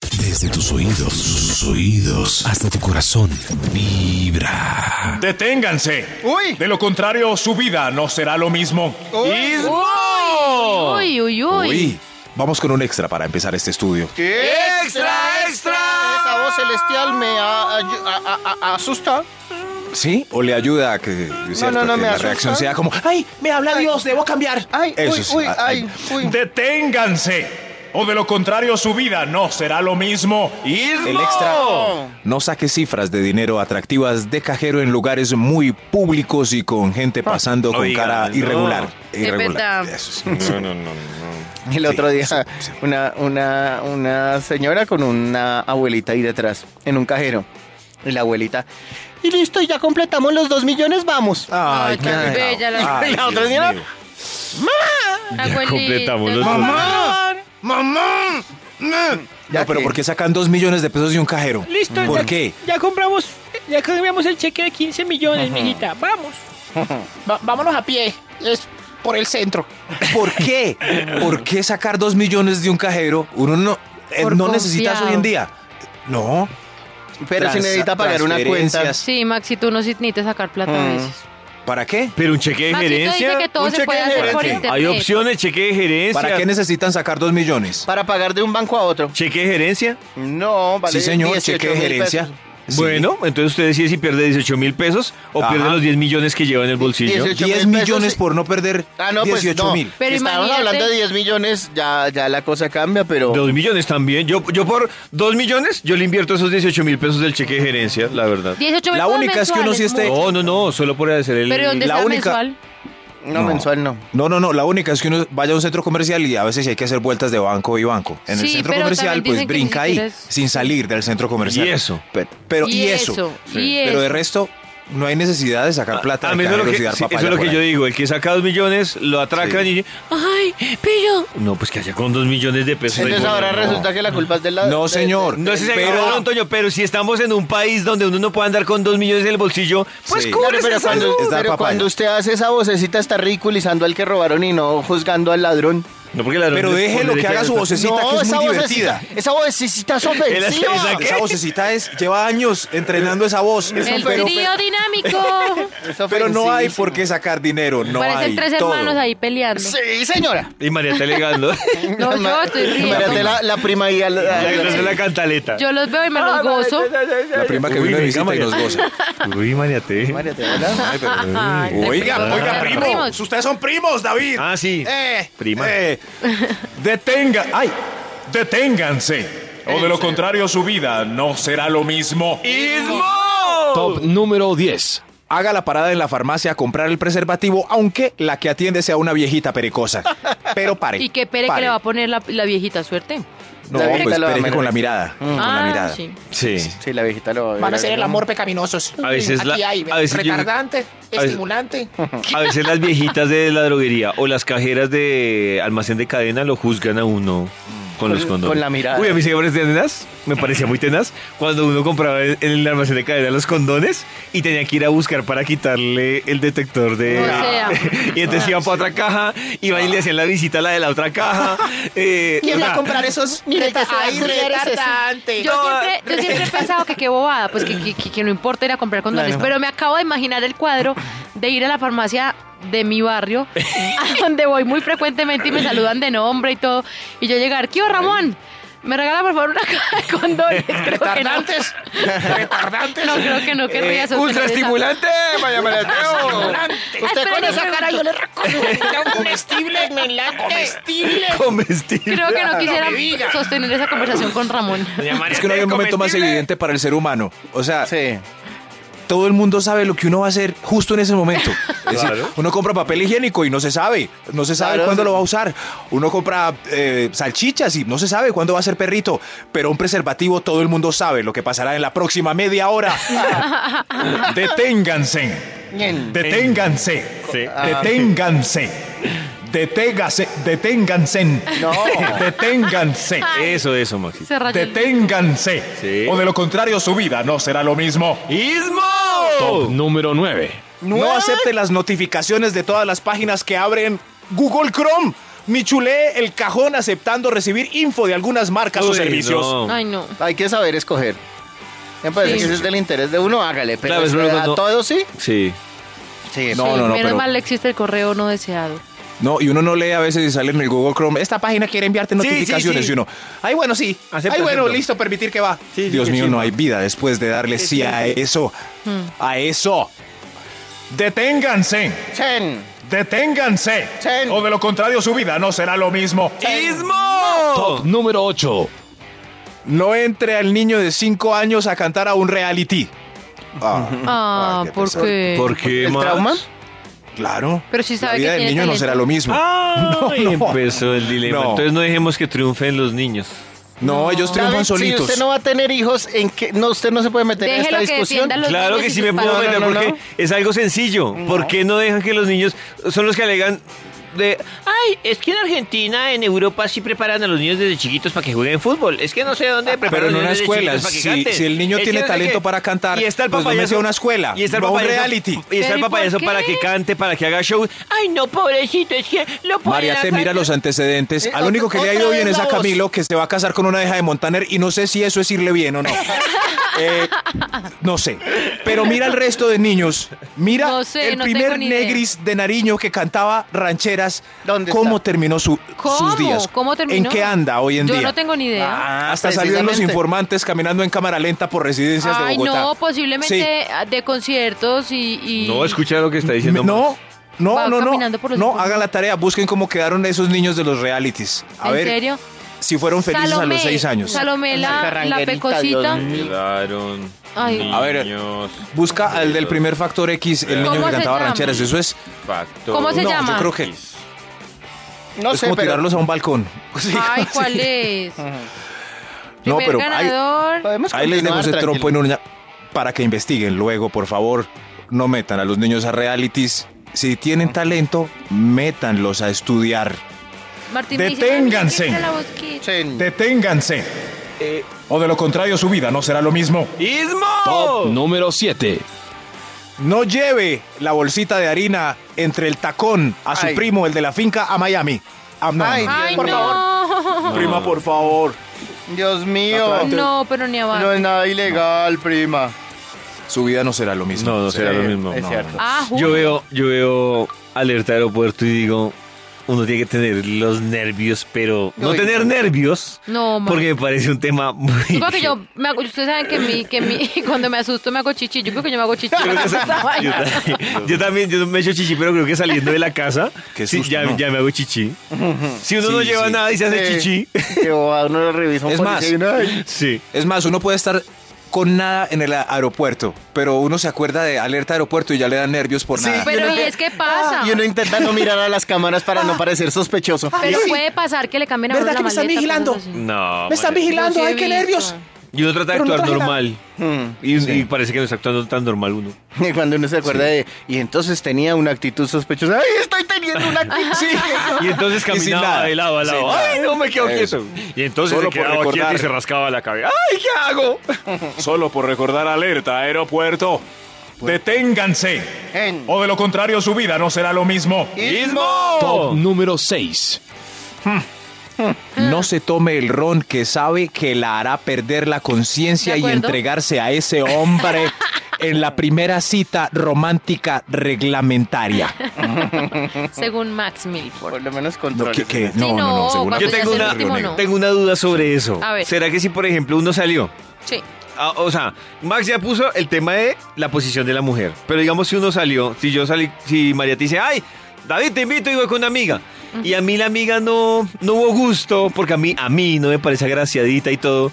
desde tus oídos, sus oídos, hasta tu corazón. Vibra. ¡Deténganse! De lo contrario, su vida no será lo mismo. Uy, uy, uy. Uy, vamos con un extra para empezar este estudio. ¡Extra, extra! Esa voz celestial me a- a- a- a- asusta. ¿Sí? ¿O le ayuda a que, cierto, no, no, que me la asusta. reacción sea como, ¡ay, me habla Dios, debo cambiar! Ay, uy, Eso uy, sí, ay, ay, uy. ¡Deténganse! O de lo contrario, su vida no será lo mismo. El extra. No saque cifras de dinero atractivas de cajero en lugares muy públicos y con gente pasando no con diga, cara no. irregular. Es irregular. verdad. Eso sí. No, no, no, no. El otro día, Una, una, una señora con una abuelita ahí detrás, en un cajero. Y la abuelita, y listo, ya completamos los dos millones, vamos. Ay, qué ay, bella la Ay, la otra Dios señora, mío. abuelita. completamos los dos. ¡Mamá! ¡Mamá! Ya No, pero que- ¿por qué sacan dos millones de pesos de un cajero? Listo, ¿Por ya, qué? ya compramos, ya cambiamos el cheque de 15 millones, mijita. Vamos. vámonos a pie. Es por el centro. ¿Por qué? ¿Por qué sacar dos millones de un cajero? Uno no, eh, Por no necesitas confiado. hoy en día. No. Pero si Transa- necesita pagar una cuenta. transferencias. Sí, Maxi, tú no sí necesitas sacar plata a veces. ¿Para qué? Pero un cheque de Maxi, tú dice que gerencia. todo Un se cheque puede de hacer por gerente. internet. Hay opciones, cheque de gerencia. ¿Para qué necesitan sacar dos millones? Para pagar de un banco a otro. ¿Cheque de gerencia? No, vale. sí, señor, 18 cheque de mil gerencia. pesos. Sí. Bueno, entonces usted decide si pierde 18 mil pesos o Ajá. pierde los 10 millones que lleva en el bolsillo. 18 10 mil pesos, millones sí. por no perder Ah, no, pues 18 no. mil. Pero si estábamos imagínate- hablando de 10 millones, ya, ya la cosa cambia, pero... Dos millones también. Yo, yo por dos millones, yo le invierto esos 18 mil pesos del cheque de gerencia, la verdad. 18 La mensuales única es que uno sí esté- mucho. No, no, no, solo por hacer el... Pero ¿dónde la está el única- mensual? No, No. mensual no. No, no, no. La única es que uno vaya a un centro comercial y a veces hay que hacer vueltas de banco y banco. En el Sí, centro pero comercial, también pues dicen que ni brinca ahí, siquiera es- sin salir del centro comercial. Y eso. Pe- Pero, y, eso. y Pero de eso. resto, no hay necesidad de sacar plata. A de mí eso es lo que, cajeros y dar sí, eso es papaya lo que por yo ahí. digo. El que saca dos millones, lo atracan Sí. y... ¡Ay, pillo! No, pues que haya con dos millones de pesos. Entonces Ay, ahora no. resulta que la culpa es del lado... No, señor. No sé si Pero- pero, Antonio, pero si estamos en un país donde uno no puede andar con dos millones en el bolsillo, pues Sí. cúbrese pero esa cuando, luz. Es dar pero papaya. cuando usted hace esa vocecita está ridiculizando al que robaron y no juzgando al ladrón. No, porque la Pero ladrón- déjelo con que haga derecho su a- vocecita, no, que es esa muy vocecita, divertida. esa vocecita es ofensiva. Esa- esa- Esa vocecita es, lleva años entrenando esa voz. El pero, trío dinámico. Es pero no hay ofensivísimo. por qué sacar dinero, no Parecen hay tres todo. hermanos ahí peleando. Sí, señora. Y María está legando. No, yo estoy Espérate, riendo. la, la prima y al- Ya que al- no se la cantaleta. Yo los veo y me los gozo. La prima que Uy, vino de visita venga, y María. nos goza. Uy, Mariate. Espérate, ¿verdad? Ay, pero- Oiga, oiga, primo. Ah. Primos. Ustedes son primos, David. Ah, sí. Eh, Prima. eh. Detenga. ¡Ay! Deténganse. O de lo contrario, su vida no será lo mismo. Top número 10. Haga la parada en la farmacia a comprar el preservativo, aunque la que atiende sea una viejita perecosa. Pero pare. Y qué pere que pare. le va a poner la, la viejita suerte. No, La viejita pues lo va a pere mirar. con la mirada. Con la Ah, mirada. sí. Sí. Sí, la viejita lo va a ver. Van a ser el ¿no? amor pecaminosos. A veces Aquí la- hay, a veces yo- retardante, veces- estimulante. Ah, A veces las viejitas de la droguería o las cajeras de almacén de cadena lo juzgan a uno con, los condones. con la mirada. Uy, a mí se me parecía tenaz, me parecía muy tenaz, cuando uno compraba en el almacén de cadena los condones y tenía que ir a buscar para quitarle el detector de... O sea. y Ah, entonces iban para otra caja, iban y le hacían la visita a la de la otra caja. eh, ¿Quién o va sea, a comprar esos? Mire que Ay, retardante. Yo siempre, yo siempre he pensado que qué bobada, pues que, que- que- que no importa ir a comprar condones. Claro. Pero me acabo de imaginar el cuadro de ir a la farmacia de mi barrio, a donde voy muy frecuentemente y me saludan de nombre y todo. Y yo llegar, ¿qué hubo, Ramón? ¿Me regala por favor una caja de condones? Creo que no. Retardantes. Retardantes. No, creo que no querría eh, sostener ultra esa- estimulante, vaya marateo. Estimulante. Ah, Usted con espérate, esa cara yo le recomiendo un comestible. Comestible. Comestible. Creo que no quisiera me diga. sostener esa conversación con Ramón. Es que no hay un momento más evidente para el ser humano. O sea, Sí. todo el mundo sabe lo que uno va a hacer justo en ese momento. Es decir, uno compra papel higiénico y no se sabe, no se sabe Claro, sí. cuándo lo va a usar. Uno compra eh, salchichas y no se sabe cuándo va a ser perrito. Pero un preservativo todo el mundo sabe lo que pasará en la próxima media hora. Deténganse. Bien. Deténganse. Ah. Deténganse. Deténgase. Deténganse. No. Deténganse. Eso, eso, Maxi. Se rayó el- Deténganse. Sí. O de lo contrario, su vida no será lo mismo. Top ¡Ismo! número 9. No acepte las notificaciones de todas las páginas que abren Google Chrome. Michulé el cajón aceptando recibir info de algunas marcas o Uy, servicios. no. Ay, no. Hay que saber escoger. Me parece Sí. que ese es del interés de uno, hágale. Pero Claro, es es verdad, verdad, no- a todos sí. Sí. Sí, No, Sí, no, no, menos pero- mal existe el correo no deseado. No, y uno no lee a veces y sale en el Google Chrome, esta página quiere enviarte sí, notificaciones sí. y uno, ay bueno, sí, Acepto, ay bueno, acepto. listo, permitir que va. Sí, sí, Dios que mío, sí, no no. hay vida después de darle sí a eso, Hmm. a eso. Deténganse, Chen. deténganse. Sí. O de lo contrario su vida no será lo mismo. Top número 8. No entre al niño de 5 años a cantar a un reality. Ah, qué ¿por pesar. qué? ¿Por qué ¿El más? trauma? Claro. Pero sí sabe La vida que del tiene niño no talento. será lo mismo. Ah. Ay, No, no. empezó el dilema. No. Entonces no dejemos que triunfen los niños. No, ellos David, triunfan Si solitos. usted no va a tener hijos, ¿en qué? No, usted no se puede meter en esta Déjelo que discusión. defienda los Claro niños que y sí sus me puedo padres. meter no, no, porque no. es algo sencillo. ¿Por qué no dejan que los niños son los que alegan de Ay, es que en Argentina, en Europa, sí preparan a los niños desde chiquitos para que jueguen fútbol. Es que no sé dónde Ah, preparan Pero en a los una niños desde escuela, chiquitos para que si, canten. si el niño Es que tiene no sé talento qué. para cantar, y está el pues no papayazo mete a una escuela, y está el no a un papayazo- reality. y está ¿Pero el y por papayazo qué? para que cante para que haga show Ay, no, pobrecito, es que lo ponen María, te acá- mira los antecedentes. Eh, Al único que le ha otra ido vez bien es la a voz. Camilo, que se va a casar con una hija de Montaner, y no sé si eso es irle bien o no. Eh, no sé. Pero mira el resto de niños. Mira No sé, el no tengo primer ni idea. negris de Nariño que cantaba rancheras. ¿Dónde ¿Cómo está? terminó su- ¿Cómo? sus días? ¿Cómo terminó? ¿En qué anda hoy en Yo día? no tengo ni idea. Ah, Hasta salió en los precisamente. informantes caminando en cámara lenta por residencias de Ay, Bogotá. no, posiblemente Sí. ah, de conciertos y... y- no escucha lo que está diciendo No, no, Va no, caminando por no. los No, informantes. hagan la tarea. Busquen cómo quedaron esos niños de los realities. A ¿En ver serio? si fueron felices a los seis años. Salomé, la, la Carranguerita, pecosita. Dios mío. Llegaron Ay. A ver, niños, Busca al del primer Factor X, el niño ¿Cómo que se cantaba llama? rancheras. Eso es, factor. ¿Cómo se no, llama? yo creo que No es sé, como pero tirarlos a un balcón. Sí, Ay, sí. ¿cuál es? No, Primer pero ahí, ganador. podemos ahí les dejo continuar ese trompo en tranquilo. una... Para que investiguen luego, por favor, no metan a los niños a realities. Si tienen talento, métanlos a estudiar. Martín me dice, Deténganse. "Ay, mira la bosquita". Chen. Deténganse. Eh, O de lo contrario su vida no será lo mismo. Top número 7. No lleve la bolsita de harina entre el tacón a su Ay. primo, el de la finca, a Miami. Ah, no, Ay, no. Ay, Por no. Prima, por favor. Dios mío. No, pero ni No abajo. es nada ilegal, prima. Su vida no será lo mismo. No, no será Sí, lo mismo. Es No. cierto. Ah, Yo veo, yo veo alerta de aeropuerto y digo, uno tiene que tener los nervios, pero no Uy. tener nervios, No, ma. porque me parece un tema muy... Yo creo que yo me hago, ustedes saben que, mi, que mi, cuando me asusto me hago chichi, yo creo que yo me hago chichi. Yo, creo que Esa sa- yo vaina. también, yo también, yo me echo chichi, pero creo que saliendo de la casa, Qué sí, susto, ya, ¿no? ya me hago chichi. Si uno Sí, no lleva sí. nada y se hace Sí. chichi, Eh, Que va, uno lo revisa un Es más, policía y uno, ay, sí. Es más, uno puede estar con nada en el a- aeropuerto, pero uno se acuerda de alerta aeropuerto y ya le dan nervios por Sí, nada. Pero y es que pasa. Ah, Ah. Y uno intenta no mirar a las cámaras para no parecer sospechoso. Pero puede pasar que le cambien a uno ¿Verdad la que me están maleta, vigilando? cosas así. No. Me están madre. vigilando, Yo sí he ay, qué visto. nervios. Y uno trata de Pero no actuar traje nada. normal. Hmm. Y, y parece que no está actuando tan normal uno. Y cuando uno se acuerda de. Y entonces tenía una actitud sospechosa. ¡Ay, estoy teniendo una actitud! Y entonces Y sin caminaba nada. de lado a lado. Sin nada. ¡Ay, no me quedo Eso. quieto! Y entonces Solo se por quedaba quieto y recordar. se rascaba la cabeza. ¡Ay, qué hago! Solo por recordar alerta aeropuerto. Deténganse. En- O de lo contrario su vida no será lo mismo. Top número 6. No se tome el ron que sabe que la hará perder la conciencia De y acuerdo. entregarse a ese hombre en la primera cita romántica reglamentaria. eh, Según Max Milford. Por lo menos No, control. que- que- Sí, no, no, no, no, seguramente Yo Pues tengo es el una, último, no. tengo una duda sobre eso. A ver. ¿Será que si, por ejemplo, uno salió? Sí. Ah, o sea, Max ya puso el tema de la posición de la mujer. Pero digamos, si uno salió, si yo salí, si María te dice, ay, David, te invito y voy con una amiga. Y a mí la amiga no, no hubo gusto, porque a mí, a mí no me parece agraciadita y todo.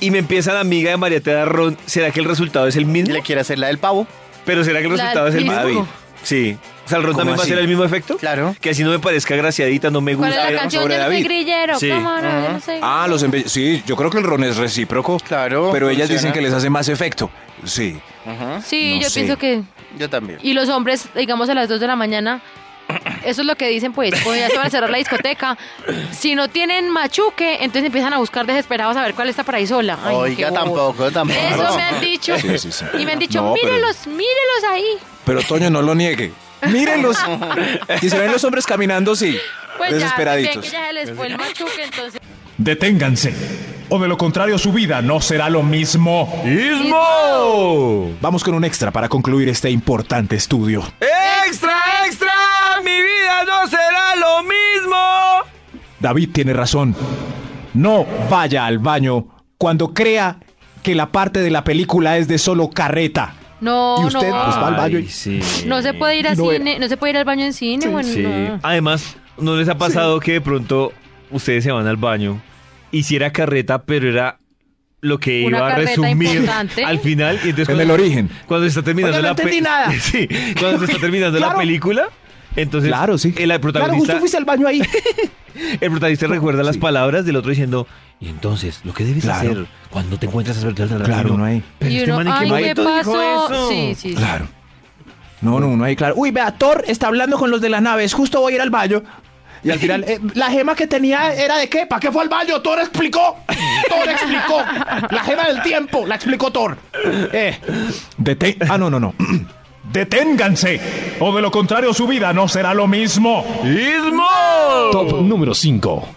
Y me empieza la amiga de María te da ron. ¿Será que el resultado es el Y mismo? le quiere hacer la del pavo. Pero ¿será que el La resultado es el mismo? del disco. Sí. O sea, el ron ¿Cómo también va a así? ser el mismo efecto. Claro. Que así no me parezca agraciadita, no me ¿Cuál es gusta. la Sobre canción de este David. grillero? Sí. ¿Cómo no? Yo no soy Ah, grillero. los embell- Sí, yo creo que el ron es recíproco. Claro, Pero ellas funciona. dicen que les hace más efecto. Sí. Sí, no yo sé. pienso que... Yo también. Y los hombres, digamos, a las 2 de la mañana, eso es lo que dicen, pues, cuando ya se van a cerrar la discoteca. Si no tienen machuque, entonces empiezan a buscar desesperados a ver cuál está por ahí sola. Ay, Oiga, qué bobo. tampoco, tampoco. Eso me han dicho. Sí, sí, sí. Y me han dicho, No, pero- mírelos, mírelos ahí. Pero Toño, no lo niegue. Mírenlos. Y se ven los hombres caminando, sí. Pues ya, bien desesperaditos. que ya se les fue el machuque, entonces. Deténganse. O de lo contrario su vida no será lo mismo. Vamos con un extra para concluir este importante estudio. ¡Extra, extra! ¡Mi vida no será lo mismo! David tiene razón. No vaya al baño cuando crea que la parte de la película es de solo carreta. No, y usted no. pues, va al baño y... Ay, sí. No se puede ir a No era. cine, no se puede ir al baño en cine, bueno, Pues, Sí. Ah, no. Además, ¿no les ha pasado que de pronto ustedes se van al baño? Hiciera carreta, pero era lo que Una iba a carreta resumir importante. al final. Y entonces En el cuando- origen. Cuando se está terminando Oiga, no la pe- entendí nada. Sí, cuando se está terminando la Claro. película. Entonces, Claro, sí. el protagonista, al baño ahí. el protagonista recuerda las Sí. palabras del otro diciendo, y entonces, lo que debes Claro. hacer cuando te encuentras a Claro, uno ahí. Pero Y este uno, man, ¿en qué ay, ¿qué momento dijo pasó? eso? Sí, sí. sí. Claro. No, no, no hay claro. Uy, vea, Thor está hablando con los de las naves. Justo voy a ir al baño. Y al final, eh, la gema que tenía era de qué? ¿Para qué fue al baño? Thor explicó. Thor explicó. La gema del tiempo. La explicó Thor. Eh. Dete- ah, no, no, no. Deténganse. O de lo contrario su vida no será lo mismo. Top número 5.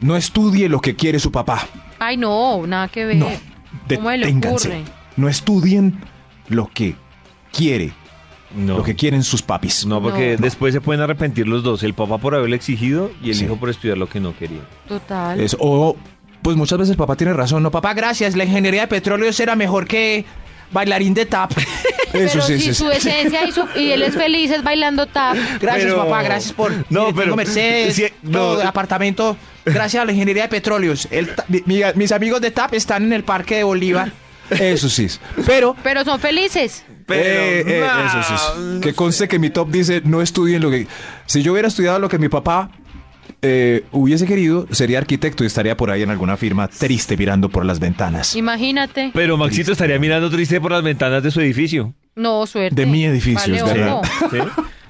No estudie lo que quiere su papá. Ay, no, nada que ver. No. Eh, ¿Cómo se le Deténganse. ocurre? No estudien lo que quiere, No. lo que quieren sus papis. No, porque No. después se pueden arrepentir los dos, el papá por haberle exigido y el Sí. hijo por estudiar lo que no quería. Total. Es- o, pues muchas veces el papá tiene razón. No, papá, gracias. La ingeniería de petróleo era mejor que bailarín de tap. pero si su esencia y, su- y él es feliz es bailando tap. Gracias, Pero- papá, gracias por. No, mire, pero- Tengo Mercedes, sí, no. todo, apartamento. Gracias a la ingeniería de petróleos. El ta- mi- mi- mis amigos de TAP están en el parque de Bolívar. Eso sí. Pero. Pero son felices. Eh, eh, eso sí. Que conste que mi top dice: no estudien lo que. Si yo hubiera estudiado lo que mi papá. eh, hubiese querido, sería arquitecto y estaría por ahí en alguna firma triste mirando por las ventanas. Imagínate. Pero Maxito estaría mirando triste por las ventanas de su edificio. No, suerte. De mi edificio, Vale, es verdad. ojo. ¿sí?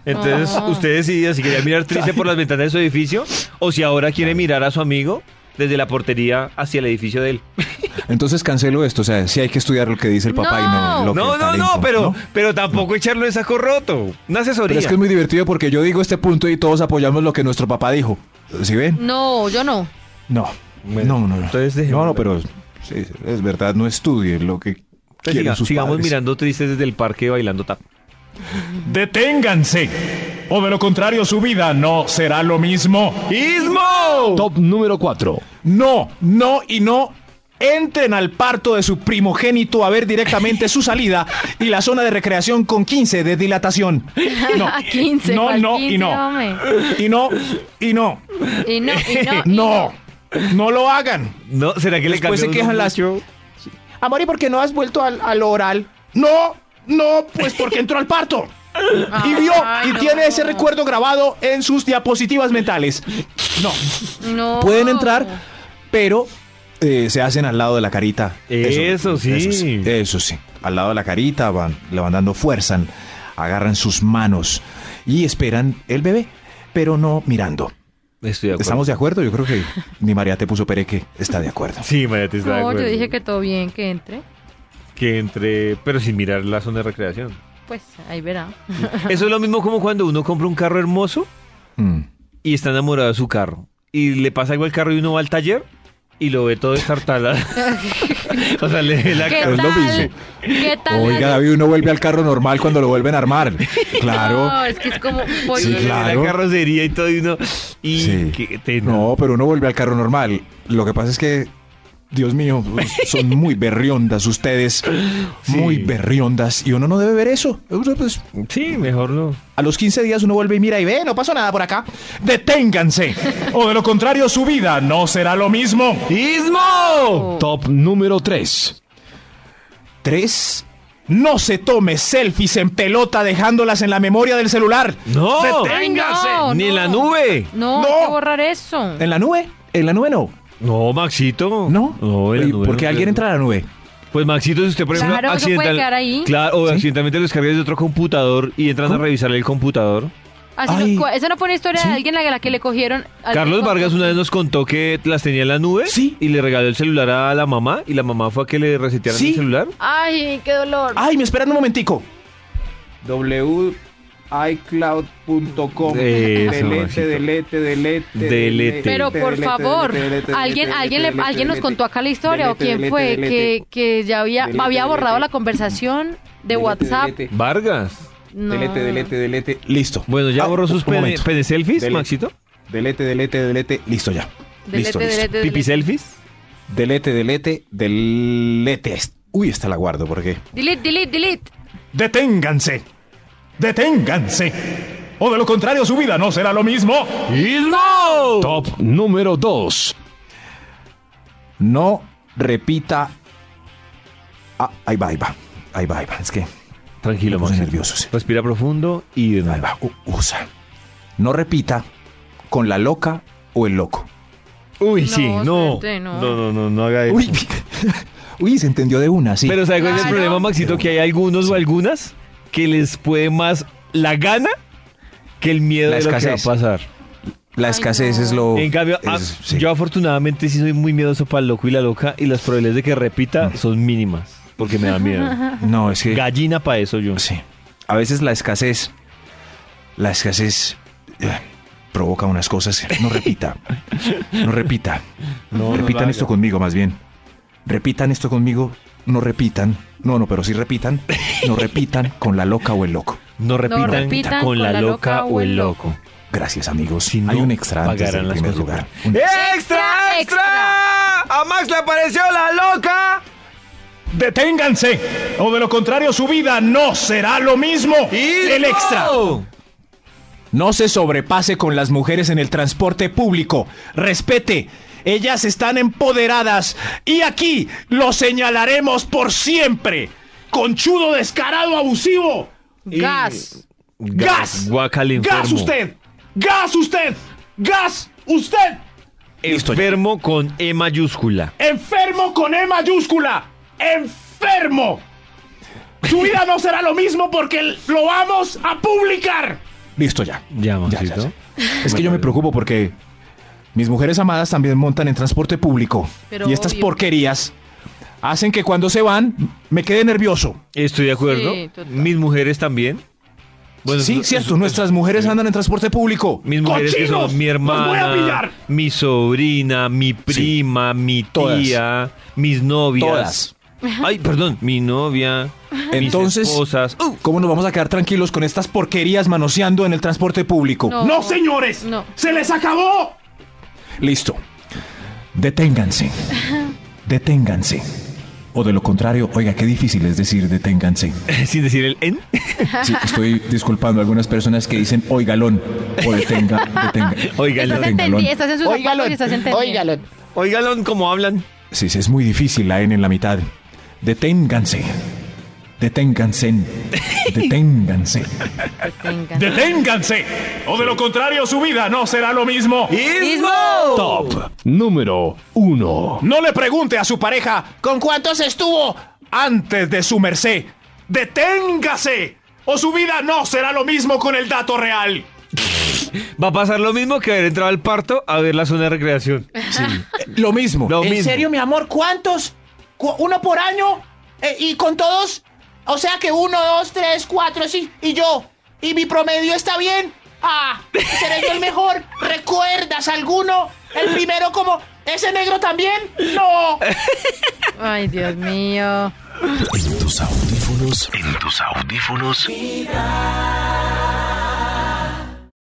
Entonces, No. usted decida si quería mirar triste por las ventanas de su edificio o si ahora quiere mirar a su amigo desde la portería hacia el edificio de él. Entonces cancelo esto, o sea, sí hay que estudiar lo que dice el papá y no lo que no, el no, talento, no, pero, pero tampoco echarlo en saco roto. Una Pero asesoría. es que es muy divertido porque yo digo este punto y todos apoyamos lo que nuestro papá dijo. ¿Sí ven? No, yo no. No. Bueno, no, no, no. entonces dejémoslo. no, no, pero sí, es verdad, no estudie lo que Entonces, quieren Pues siga- sus sigamos padres. mirando tristes desde el parque bailando tap. Deténganse. O de lo contrario su vida no será lo mismo. Top número 4. No, no y no. Entren al parto de su primogénito a ver directamente su salida y la zona de recreación con 15 de dilatación. No. A 15. No, ¿cuál no 15, y no. hombre? Y no, y no. Y no, y no. y No. No lo hagan. No, ¿será que Después le se cambió quejan uno las- mucho? Amor, ¿y por qué no has vuelto al, al oral? No, no, pues porque entró al parto. Y vio, Ay, y Ah, no. tiene ese recuerdo grabado en sus diapositivas mentales. No, No. pueden entrar, pero eh, se hacen al lado de la carita. Eso sí. Eso sí, eso sí. Al lado de la carita van, le van dando fuerza, agarran sus manos y esperan el bebé, pero no mirando. Estoy de acuerdo. ¿Estamos de acuerdo? Yo creo que ni María te puso pereque está de acuerdo. Sí, María, te está de No, yo acuerdo. dije que todo bien, que entre. que entre, pero sin mirar la zona de recreación. Pues ahí verá. Eso es lo mismo como cuando uno compra un carro hermoso Mm. y está enamorado de su carro. Y le pasa algo al carro y uno va al taller y lo ve todo destartalado. o sea, le ve la ¿Qué cara. es lo tal? mismo. ¿Qué tal? Oiga, David, uno vuelve al carro normal cuando lo vuelven a armar. No, Claro. es que es como. ¿por Sí, Le qué? ve claro. La carrocería y todo y uno. Y Sí. qué tena. No, pero uno vuelve al carro normal. Lo que pasa es que, Dios mío, pues, son muy berriondas ustedes. Muy Sí. berriondas. Y uno no debe ver eso. Uno, pues, Sí, mejor no. a los 15 días uno vuelve y mira y ve, no pasó nada por acá. Deténganse. O de lo contrario su vida no será lo mismo. ¡Ismo! Top número 3. Tres, no se tome selfies en pelota dejándolas en la memoria del celular. ¡No! Ay, no, ¡Ni en no. la nube! No, No. hay que borrar eso. ¿En la nube? ¿En la nube no? No, Maxito. ¿No? No, en la Oye, nube porque no. alguien entra a la nube. Pues Maxito, si usted por ejemplo Claro, eso puede accidental- quedar ahí. Claro, o accidentalmente lo descargas de otro computador y entran a revisar el computador. Así no- Ay. cua- esa no fue una historia de alguien a la que le cogieron. al- Carlos Vargas una vez nos contó que las tenía en la nube Sí. y le regaló el celular a la mamá y la mamá fue a que le resetearan Sí. el celular. Ah. Ay, qué dolor. Ay, me esperan un momentico. iCloud.com. Eh, Eso, Delete, Maxito. delete, delete, Delete. Pero por favor, alguien, alguien, le- alguien nos contó acá la historia o quién fue que, que ya había, Delete, había borrado delete. la conversación de WhatsApp. Vargas. No. Delete, delete, delete. Listo. Bueno, ¿ya Ah, borró un- sus un pene, momento. pene selfies, Dele. Maxito? Delete, delete, delete. Listo ya. Delete, listo, listo. delete, delete. ¿Pipi selfies? Delete, delete, delete. Uy, esta la guardo porque. Delete, delete, delete. Deténganse. Deténganse. O de lo contrario su vida no será lo mismo. Top número 2. No repita. Ah, ahí va, ahí va. Ahí va, ahí va. Es que. Tranquilo, Me puse Maxito. nervioso, sí. Respira profundo y de Ahí nuevo. va. u- usa. No repita con la loca o el loco. Uy, No, sí, no. suerte, no. no. No, no, no, haga eso. Uy, uy, se entendió de una, sí. Pero ¿sabes cuál es el Claro. problema, Maxito? Que hay algunos o algunas que les puede más la gana que el miedo La de lo que va a escasez. pasar. la Ay, escasez no. es lo. en cambio, a- es- sí. yo afortunadamente sí soy muy miedoso para el loco y la loca y las probabilidades de que repita Mm. son mínimas porque me da miedo. No, es que. Gallina para eso yo. Sí. A veces la escasez. La escasez. eh, provoca unas cosas. No repita. No repita. repitan esto conmigo, más bien. Repitan esto conmigo. No repitan. No, no, pero sí repitan. No repitan con la loca o el loco. No repitan, repitan con la loca o el loco. Gracias, amigos. Si no, Hay un extra antes pagarán del las Eh, primer lugar. consecuencias. Un- ¡Extra, ¡Extra, extra! Ah, ¡A Max le apareció la loca! Deténganse. O de lo contrario su vida no será lo mismo. El extra. No se sobrepase con las mujeres en el transporte público. Respete. Ellas están empoderadas y aquí lo señalaremos por siempre. Conchudo descarado abusivo. Gas. Gas. Guacal enfermo. Gas usted. Gas usted. Gas usted. Enfermo con E mayúscula. Enfermo con E mayúscula. Enfermo. Su vida no será lo mismo porque l- lo vamos a publicar. Listo ya. Ya, Maxito. Es que yo me preocupo porque mis mujeres amadas también montan en transporte público. Pero y estas obvio. porquerías hacen que cuando se van me quede nervioso. Estoy de acuerdo. Sí, total. Mis mujeres también. sí, eso- cierto, eso- nuestras mujeres andan en transporte público. Mis mujeres que ¡Cochinos! son mi ¡Los voy a hermana, pillar! mi sobrina, mi prima, mi todas. tía, mis novias. Todas. Ay, perdón, mi novia, Entonces- mis esposas. ¡Uh! ¿Cómo nos vamos a quedar tranquilos con estas porquerías manoseando en el transporte público? No. No, señores. No. Se les acabó. Listo. Deténganse. Deténganse. O de lo contrario, oiga, qué difícil es decir deténganse. Sin decir el en. Sí, estoy disculpando a algunas personas que dicen oigalón o detenga, detenga. Oigalón. Estás, Deténganlo. entendi- estás en sus Óigalo, zapatos y estás entendiendo. óigalo. Oigan cómo hablan. Sí, sí, es muy difícil la N en la mitad. Deténganse. Deténganse. Deténganse. Detengan. Deténganse. O de lo contrario su vida no será lo mismo. Top número 1. No le pregunte a su pareja con cuántos estuvo antes de su merced. Deténgase. O su vida no será lo mismo con el dato real. Va a pasar lo mismo que haber entrado al parto a ver la zona de recreación. Lo mismo. Lo ¿En mismo. serio, mi amor? ¿Cuántos? ¿Cu- ¿Uno por año? Eh, ¿Y con todos? O sea que uno, dos, tres, cuatro, sí. Y yo. ¿Y mi promedio está bien? Ah, seré yo el mejor. ¿Recuerdas alguno? El primero como... ¿Ese negro también? No. Ay, Dios mío. En tus audífonos. En tus audífonos.